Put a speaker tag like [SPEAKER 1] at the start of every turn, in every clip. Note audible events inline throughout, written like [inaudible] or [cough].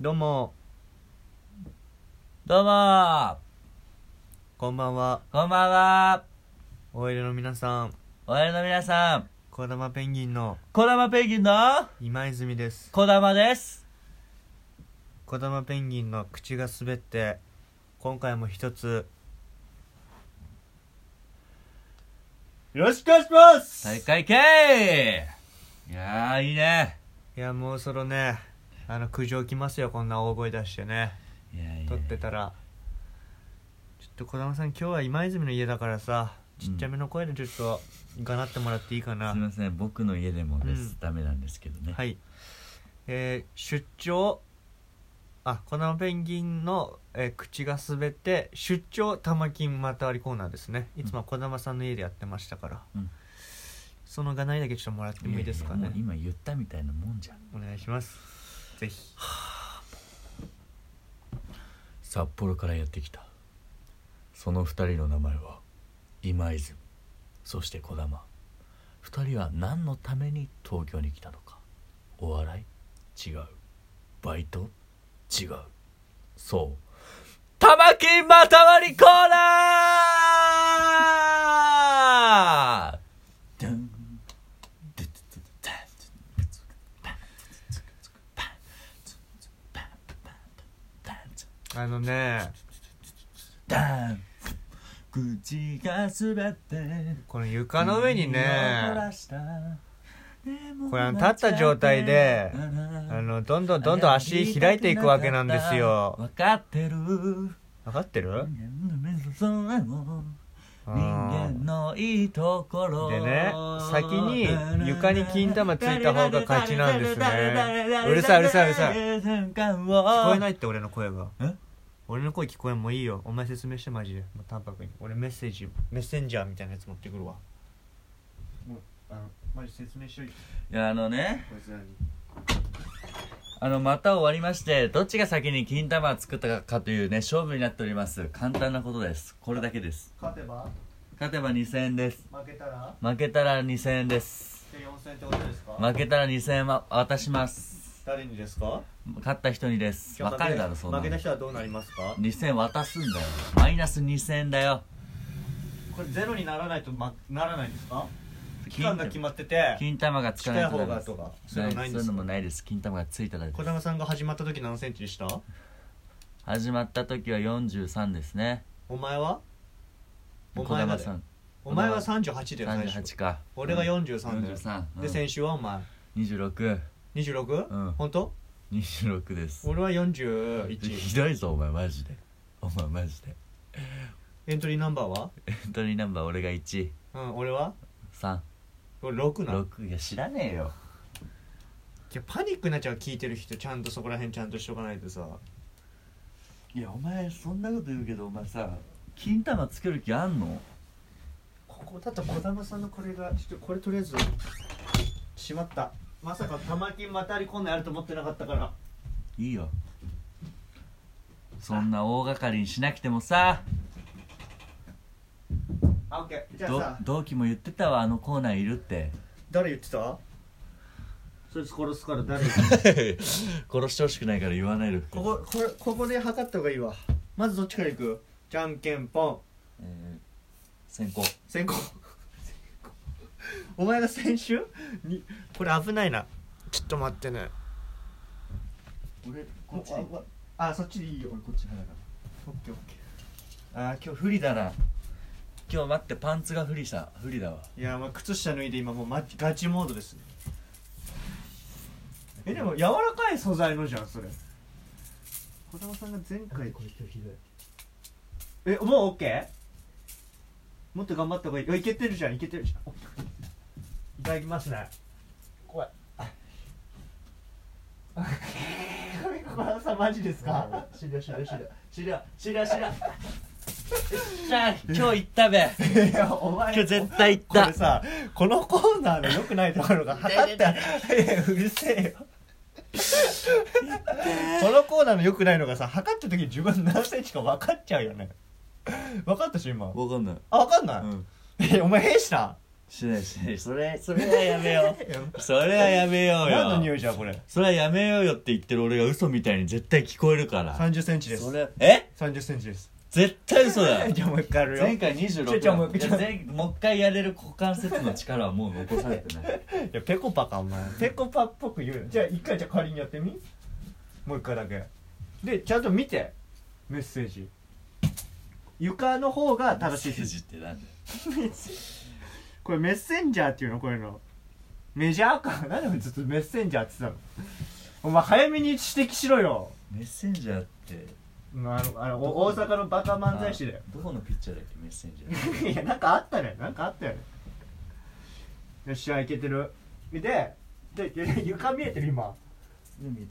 [SPEAKER 1] どうも、
[SPEAKER 2] どうもー
[SPEAKER 1] こんばんは。
[SPEAKER 2] こんばんは
[SPEAKER 1] OL の皆さん、
[SPEAKER 2] おやの皆さん、
[SPEAKER 1] 小玉ペンギンの
[SPEAKER 2] こだまペンギンの
[SPEAKER 1] 今泉です。
[SPEAKER 2] こだまです。
[SPEAKER 1] 小玉ペンギンの口が滑って、今回も一つ、よろしくお願いします
[SPEAKER 2] 大
[SPEAKER 1] い
[SPEAKER 2] 会系いやー、いいね。
[SPEAKER 1] や、もうそろね、あの、苦情来ますよ、こんな大声出してね。
[SPEAKER 2] いやいや
[SPEAKER 1] 撮ってたら。ちょっと小玉さん、今日は今泉の家だからさ、ちっちゃめの声でちょっと、がなってもらっていいかな。
[SPEAKER 2] すみません、僕の家でもです、
[SPEAKER 1] うん
[SPEAKER 2] ダメなんですけどね。
[SPEAKER 1] はい、えー出張あこのペンギンの、えー口が滑って出張玉金またわりコーナーですねいつもは児玉さんの家でやってましたから、
[SPEAKER 2] うん
[SPEAKER 1] そのがないだけちょっともらってもいいですか
[SPEAKER 2] や
[SPEAKER 1] ね
[SPEAKER 2] やもう今言ったみたいなもんじゃん。
[SPEAKER 1] お願いしますぜひ
[SPEAKER 2] 札幌からやってきた。その二人の名前は、今泉、そしてこだま。二人は何のために東京に来たのか。お笑い違う。バイト違う。そう。玉木またわりコーナードゥンドゥドゥドゥドゥドゥドゥ
[SPEAKER 1] あのね
[SPEAKER 2] ダン口が滑って
[SPEAKER 1] この床の上に
[SPEAKER 2] 耳を凝
[SPEAKER 1] ね
[SPEAKER 2] らした
[SPEAKER 1] これあの立った状態であのどんどんどんどん足開いていくわけなんですよ
[SPEAKER 2] 分かってる
[SPEAKER 1] 分かってる
[SPEAKER 2] それも人間のいいところ
[SPEAKER 1] でね先に床に金玉ついた方が勝ちなんですねうるさいうるさいうるさい
[SPEAKER 2] 聞
[SPEAKER 1] 聞
[SPEAKER 2] こ
[SPEAKER 1] こえないって俺の声が
[SPEAKER 2] え
[SPEAKER 1] 俺の声聞こえんもういいよお前説明してマジでもう淡白に俺メッセージメッセンジャーみたいなやつ持ってくるわもうあのマジ説明しようよ
[SPEAKER 2] いやあのね
[SPEAKER 1] こいつらに
[SPEAKER 2] あのまた終わりましてどっちが先に金玉を作ったかというね勝負になっております簡単なことですこれだけです
[SPEAKER 1] 勝てば
[SPEAKER 2] 勝てば2000円です
[SPEAKER 1] 負けたら
[SPEAKER 2] 負けたら2000円です
[SPEAKER 1] で4000ってことですか、
[SPEAKER 2] 負けたら2000円は渡します
[SPEAKER 1] 誰にですか
[SPEAKER 2] 勝った人にです
[SPEAKER 1] 今
[SPEAKER 2] わ
[SPEAKER 1] 日負
[SPEAKER 2] か
[SPEAKER 1] け
[SPEAKER 2] るだろそんなの
[SPEAKER 1] 負けた人はどうなりますか
[SPEAKER 2] 2000円渡すんだよマイナス2000円だよ
[SPEAKER 1] これゼロにならないと、ま、ならないんですか期
[SPEAKER 2] 金
[SPEAKER 1] 間が決まってて
[SPEAKER 2] 金玉がつかないとダメで
[SPEAKER 1] つ
[SPEAKER 2] す
[SPEAKER 1] かない方がとかそう
[SPEAKER 2] な
[SPEAKER 1] いう
[SPEAKER 2] い
[SPEAKER 1] のないん
[SPEAKER 2] そ
[SPEAKER 1] で
[SPEAKER 2] うい
[SPEAKER 1] す
[SPEAKER 2] う
[SPEAKER 1] か
[SPEAKER 2] のもないです金玉がついたらです
[SPEAKER 1] 児玉さんが始まった時何センチでした
[SPEAKER 2] 始まった時は43ですね
[SPEAKER 1] お前はお
[SPEAKER 2] 小
[SPEAKER 1] 前ま
[SPEAKER 2] 玉
[SPEAKER 1] で
[SPEAKER 2] さん
[SPEAKER 1] お前は38だよ最初
[SPEAKER 2] 38か
[SPEAKER 1] 俺が43だよ、
[SPEAKER 2] 43うん
[SPEAKER 1] で先週はお前
[SPEAKER 2] 26
[SPEAKER 1] 26、
[SPEAKER 2] うん
[SPEAKER 1] 本当
[SPEAKER 2] 26です
[SPEAKER 1] 俺は41
[SPEAKER 2] ひどいぞお前マジでお前マジで
[SPEAKER 1] エントリーナンバーは
[SPEAKER 2] エントリーナンバー俺が136
[SPEAKER 1] うん俺は俺6なの
[SPEAKER 2] いや知らねえよ
[SPEAKER 1] いやパニックになっちゃう聞いてる人ちゃんとそこら辺ちゃんとしとかないとさ
[SPEAKER 2] いやお前そんなこと言うけどお前さ金玉作る気あんの
[SPEAKER 1] ここだと児玉さんのこれがちょっとこれとりあえずしまったまさか玉金またりこんなやると思ってなかったから
[SPEAKER 2] いいよそんな大掛かりにしなくてもさ
[SPEAKER 1] あオッケーじゃあ
[SPEAKER 2] ど
[SPEAKER 1] さ
[SPEAKER 2] 同期も言ってたわあのコーナーいるって [laughs]
[SPEAKER 1] 誰言ってたそいつ殺すから
[SPEAKER 2] [laughs]
[SPEAKER 1] 誰
[SPEAKER 2] 殺してほしくないから言わないで
[SPEAKER 1] こここれここで測った方がいいわまずどっちからいくじゃんけんぽん
[SPEAKER 2] えー、先行
[SPEAKER 1] 先行お前が先週にこれ危ないなちょっと待ってね
[SPEAKER 2] 俺
[SPEAKER 1] ああそっちでいいよ
[SPEAKER 2] 俺こっち派だか
[SPEAKER 1] オッケーオッケ
[SPEAKER 2] らあー今日不利だな今日待ってパンツが不利さ不利だわ
[SPEAKER 1] ーいやまあ靴下脱いで今もうマジガチモードですねえでも柔らかい素材のじゃんそれ児玉さんが前回これ今日ひどいえもうオッケーもっと頑張った方がいいいやいけてるじゃんいけてるじゃんいただきますね怖い [laughs] これさマジですか [laughs] 死ぬ死ぬ死ぬ
[SPEAKER 2] 知ら知ら知 [laughs] らよっしゃ今日行ったべ
[SPEAKER 1] いやお前
[SPEAKER 2] 今日絶対行っ
[SPEAKER 1] これ
[SPEAKER 2] た
[SPEAKER 1] さこのコーナーの良くないところ [laughs] が測ったいや [laughs] うるせえよこのコーナーの良くないのがさ測った時に自分何センチか分かっちゃうよね分かったし今
[SPEAKER 2] わかんない
[SPEAKER 1] あ分かんない、
[SPEAKER 2] うん
[SPEAKER 1] えお前変した
[SPEAKER 2] しないしないそれそれはやめよ
[SPEAKER 1] や
[SPEAKER 2] う [laughs] それはやめようよ
[SPEAKER 1] 何の匂いじゃんこれ
[SPEAKER 2] それはやめようよって言ってる俺が嘘みたいに絶対聞こえるから
[SPEAKER 1] 3 0ンチです
[SPEAKER 2] それえ
[SPEAKER 1] 3 0ンチです
[SPEAKER 2] 絶対嘘だ
[SPEAKER 1] じゃあもう一回やるよ
[SPEAKER 2] [laughs] 前回26
[SPEAKER 1] ちょちょもう
[SPEAKER 2] いや前もう一回やれる股関節の力はもう残されてない
[SPEAKER 1] いやペコパかお前ペコパっぽく言うよじゃあ一回じゃあ仮にやってみもう一回だけでちゃんと見てメッセージ床の方が正しい
[SPEAKER 2] 筋
[SPEAKER 1] です
[SPEAKER 2] ってなんだよ
[SPEAKER 1] これメッセンジャーっていうのこういうのメジャーか何でずっとメッセンジャーって言ってたのお前早めに指摘しろよ
[SPEAKER 2] メッセンジャーって
[SPEAKER 1] まああのあのお大阪のバカ漫才師だよ
[SPEAKER 2] あどこのピッチャーだっけメッセンジャー
[SPEAKER 1] いやなんかあったねなんかあったよねよっしゃいけてるででで床見えてる今
[SPEAKER 2] 海で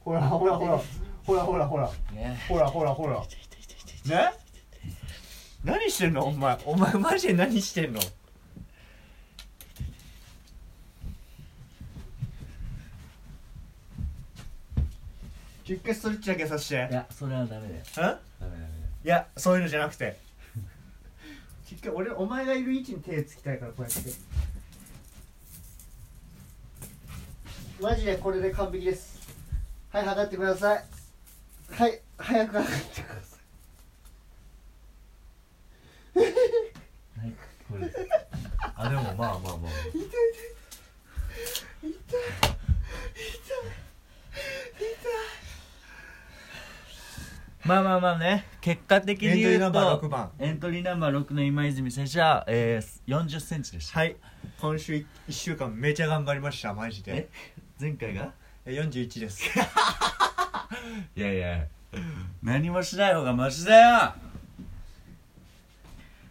[SPEAKER 1] ほらほらほらほらほらほら
[SPEAKER 2] ね
[SPEAKER 1] ほらほらほら
[SPEAKER 2] 痛い痛い痛い痛い痛い
[SPEAKER 1] ね何してんのお前お前マジで何してんの一回ストレッチだけさせて
[SPEAKER 2] いやそれはダメだよ
[SPEAKER 1] うん
[SPEAKER 2] ダメダメ
[SPEAKER 1] いやそういうのじゃなくて一回俺お前がいる位置に手つきたいからこうやってマジでこれで完璧ですはい測ってくださいはい早く測ってくださ
[SPEAKER 2] ダメはいこれあでもまあまあまあまあまあまあね結果的
[SPEAKER 1] い
[SPEAKER 2] に言うと
[SPEAKER 1] 番
[SPEAKER 2] エントリーナンバー6の今泉選手は、えー、40センチでした、
[SPEAKER 1] はい今週1週間めちゃ頑張りましたマジで
[SPEAKER 2] 前回が
[SPEAKER 1] え41です
[SPEAKER 2] いやいや何もしない方がマシだよ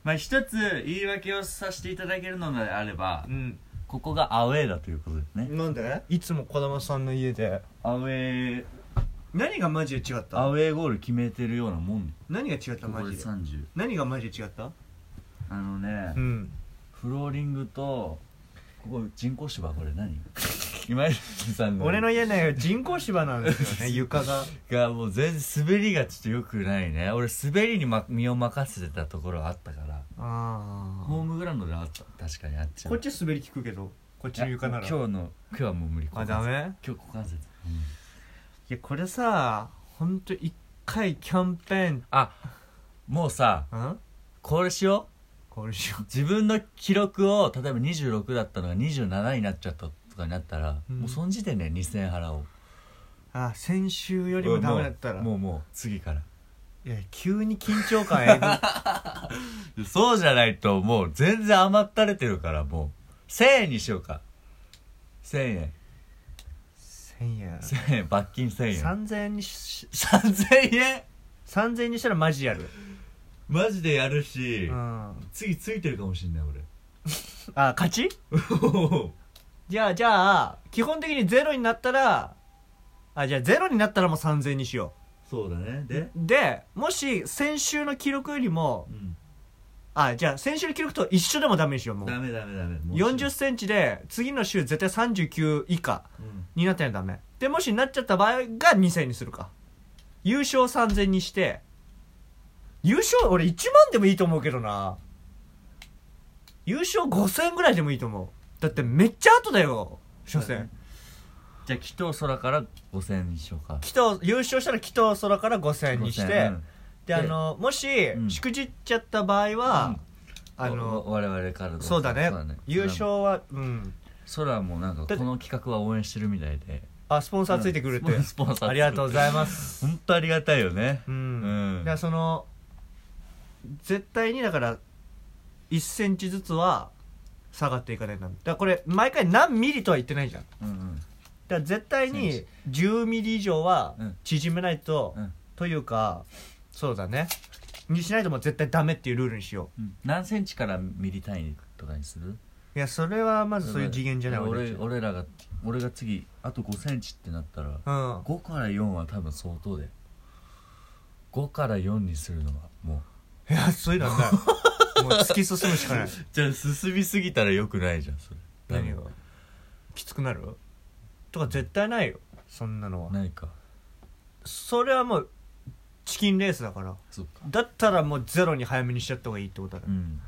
[SPEAKER 2] まあ一つ言い訳をさせていただけるのであれ
[SPEAKER 1] [laughs]
[SPEAKER 2] ば
[SPEAKER 1] うん
[SPEAKER 2] ここがアウェーだということですね
[SPEAKER 1] なんでいつも児玉さんの家で
[SPEAKER 2] アウェー
[SPEAKER 1] 何がマジで違っ
[SPEAKER 2] ア
[SPEAKER 1] た
[SPEAKER 2] ウェーゴール決めてるようなもん
[SPEAKER 1] 何が違った
[SPEAKER 2] こ
[SPEAKER 1] マ
[SPEAKER 2] こで
[SPEAKER 1] ジで
[SPEAKER 2] 30
[SPEAKER 1] 何がマジで違った
[SPEAKER 2] あのね、
[SPEAKER 1] ん
[SPEAKER 2] フローリングとここ人工芝これ
[SPEAKER 1] [laughs]
[SPEAKER 2] 何今泉さんの
[SPEAKER 1] 俺の家ね人工芝なんです [laughs] よね床が
[SPEAKER 2] がもう全然滑りがちょっと良くないね俺滑りに、ま、身を任せてたところあったから
[SPEAKER 1] あ
[SPEAKER 2] ホームグラウンドであった確かにあっちゃ
[SPEAKER 1] こっち滑り効くけどこっちの床なら
[SPEAKER 2] 今日の今日はもう無理
[SPEAKER 1] あダメ
[SPEAKER 2] 今日股関節、
[SPEAKER 1] いやこれさほんと一回キャンペーン
[SPEAKER 2] あもうさ
[SPEAKER 1] うん
[SPEAKER 2] これしよ
[SPEAKER 1] これしよ
[SPEAKER 2] う自分の記録を例えば26だったのが27になっちゃったとかになったら、
[SPEAKER 1] うん
[SPEAKER 2] もうその時点で2000円払おう
[SPEAKER 1] うあ先週よりもダメだったら
[SPEAKER 2] もうもうもう次から
[SPEAKER 1] いや急に緊張感えぐ [laughs]
[SPEAKER 2] そうじゃないともう全然余ったれてるからもう1000円にしようか1000円
[SPEAKER 1] 1000円
[SPEAKER 2] 1000円罰金1000円
[SPEAKER 1] 3000円にし
[SPEAKER 2] 3000円
[SPEAKER 1] 3000円にしたらマジやる
[SPEAKER 2] マジでやる
[SPEAKER 1] う
[SPEAKER 2] し、
[SPEAKER 1] ん
[SPEAKER 2] 次ついてるかもしんない俺 [laughs]
[SPEAKER 1] あ勝ちじゃあじゃあ基本的にゼロになったらあじゃあゼロになったらもう3000円にしよう
[SPEAKER 2] そうだねで、
[SPEAKER 1] でもし先週の記録よりも
[SPEAKER 2] うん、
[SPEAKER 1] あじゃあ先週の記録と一緒でもダメにしようもう
[SPEAKER 2] ダメダメダメもう
[SPEAKER 1] 4 0ンチで次の週絶対39以下
[SPEAKER 2] うん
[SPEAKER 1] になってないとダメでもしなっちゃった場合が2000にするか優勝3000にして優勝俺1万でもいいと思うけどな優勝5000ぐらいでもいいと思うだってめっちゃ後だよ初
[SPEAKER 2] そうだ
[SPEAKER 1] 戦
[SPEAKER 2] ねじゃあ紀藤空から5000円にしようか
[SPEAKER 1] 紀藤優勝したら紀藤空から5000にして、
[SPEAKER 2] 5000うん
[SPEAKER 1] であのもし、
[SPEAKER 2] ん
[SPEAKER 1] しくじっちゃった場合は、
[SPEAKER 2] うん
[SPEAKER 1] あの
[SPEAKER 2] お我々からの
[SPEAKER 1] そうだね優勝はうん
[SPEAKER 2] 空もなんか
[SPEAKER 1] だ
[SPEAKER 2] この企画は応援してるみたいで
[SPEAKER 1] あスポンサーついてくるって、
[SPEAKER 2] うんスポンサーついて
[SPEAKER 1] ありがとうございます
[SPEAKER 2] 本当ありがたいよね
[SPEAKER 1] うん、
[SPEAKER 2] うん
[SPEAKER 1] だからその絶対にだから1センチずつは下がっていかないとダメだからこれ毎回何ミリとは言ってないじゃんだか
[SPEAKER 2] うんうん
[SPEAKER 1] ら絶対
[SPEAKER 2] セ
[SPEAKER 1] に10ミリ以上は
[SPEAKER 2] うん
[SPEAKER 1] 縮めないと、
[SPEAKER 2] うん
[SPEAKER 1] というかそうだねにしないともう絶対ダメっていうルールにしよ
[SPEAKER 2] うん何センチからミリ単位とかにする
[SPEAKER 1] ういやそれはまずそういう次元じゃない
[SPEAKER 2] や
[SPEAKER 1] 俺
[SPEAKER 2] 俺
[SPEAKER 1] たち
[SPEAKER 2] 俺らが俺が次あと5センチってなったら
[SPEAKER 1] うん
[SPEAKER 2] 5から4は多分相当だよ5から4にするのはもう
[SPEAKER 1] いやそういうのは
[SPEAKER 2] [laughs]
[SPEAKER 1] ないもう突き進むしかない
[SPEAKER 2] じゃあ進みすぎたらよくないじゃんそれ
[SPEAKER 1] 何がきつくなるとか絶対ないよそんなのは、
[SPEAKER 2] ないか
[SPEAKER 1] それはもうチキンレースだから
[SPEAKER 2] そっか
[SPEAKER 1] だったらもうゼロに早めにしちゃった方がいいってことだ
[SPEAKER 2] うん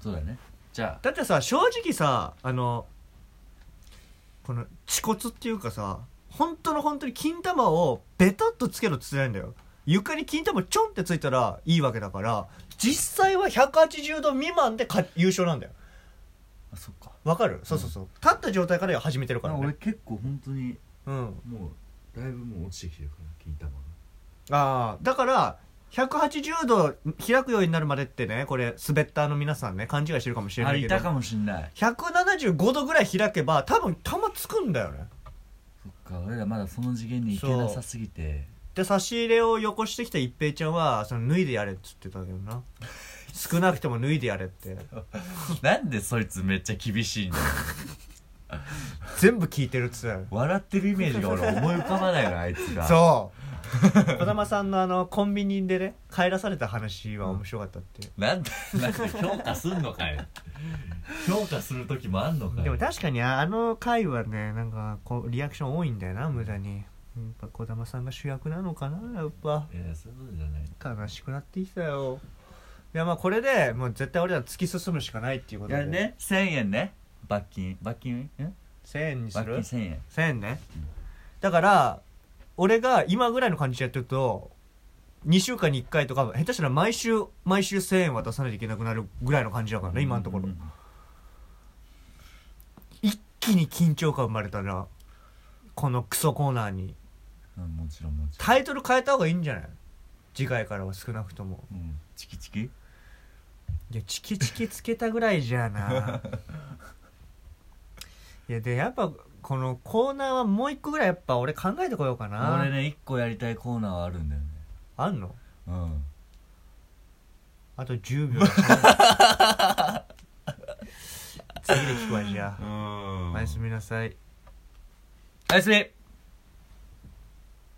[SPEAKER 2] そうだねじゃあ
[SPEAKER 1] だってさ正直さあのこの恥骨っていうかさ本当の本当に金玉をベタっとつけろっつってないんだよ床に金玉ちょんってついたらいいわけだから実際は180度未満でか優勝なんだよ
[SPEAKER 2] あそっか
[SPEAKER 1] わかるそうそうそう、立った状態から始めてるからね
[SPEAKER 2] 俺結構本当に
[SPEAKER 1] うん
[SPEAKER 2] もうだいぶもう落ちてきてるから金玉が
[SPEAKER 1] ああだから180度開くようになるまでってねこれスベッターの皆さんね勘違いしてるかもしれ
[SPEAKER 2] あ
[SPEAKER 1] ない
[SPEAKER 2] い
[SPEAKER 1] けど
[SPEAKER 2] たかもしんない
[SPEAKER 1] 175度ぐらい開けば多分玉つくんだよね
[SPEAKER 2] そっか俺らまだその次元に行けなさすぎて
[SPEAKER 1] で差し入れをよこしてきた一平ちゃんはその脱いでやれっつってたけどな少なくても脱いでやれって
[SPEAKER 2] なんでそいつめっちゃ厳
[SPEAKER 1] [laughs]
[SPEAKER 2] しいんだよ
[SPEAKER 1] 全部聞いてるっつってたよ
[SPEAKER 2] 笑ってるイメージが俺思い浮かばないのあいつ [laughs] が
[SPEAKER 1] そう
[SPEAKER 2] [laughs]
[SPEAKER 1] 児玉さんのあのコンビニでね帰らされた話は面白かったって、
[SPEAKER 2] なんでなんで評価すんのかよ評価する時もあんのかよ
[SPEAKER 1] でも確かにあの回はねなんかこうリアクション多いんだよな無駄にやっぱ児玉さんが主役なのかなやっぱ
[SPEAKER 2] いやそういうことじゃない
[SPEAKER 1] 悲しくなってきたよいやまあこれでもう絶対俺ら突き進むしかないっていうことで、
[SPEAKER 2] 1000円ね罰金罰金ん
[SPEAKER 1] 1000円にす
[SPEAKER 2] 罰金
[SPEAKER 1] る
[SPEAKER 2] 1000円
[SPEAKER 1] 1000円ね、だから俺が今ぐらいの感じでやってると2週間に1回とか下手したら毎週毎週1000円渡さないといけなくなるぐらいの感じだからね今のところ、
[SPEAKER 2] うん
[SPEAKER 1] 一気に緊張感生まれたなこのクソコーナーに
[SPEAKER 2] うんもちろんもちろん
[SPEAKER 1] タイトル変えた方がいいんじゃない次回からは少なくとも
[SPEAKER 2] うんチキチキ
[SPEAKER 1] いやチキチキつけたぐらいじゃ
[SPEAKER 2] [laughs]
[SPEAKER 1] ないやでやっぱこのコーナーはもう一個ぐらいやっぱ俺考えてこようかな
[SPEAKER 2] 俺ね一個やりたいコーナーはあるんだよね
[SPEAKER 1] あんの
[SPEAKER 2] うん
[SPEAKER 1] あと10秒
[SPEAKER 2] [laughs]
[SPEAKER 1] 次で聞くわじゃあおやすみなさい
[SPEAKER 2] おやすみ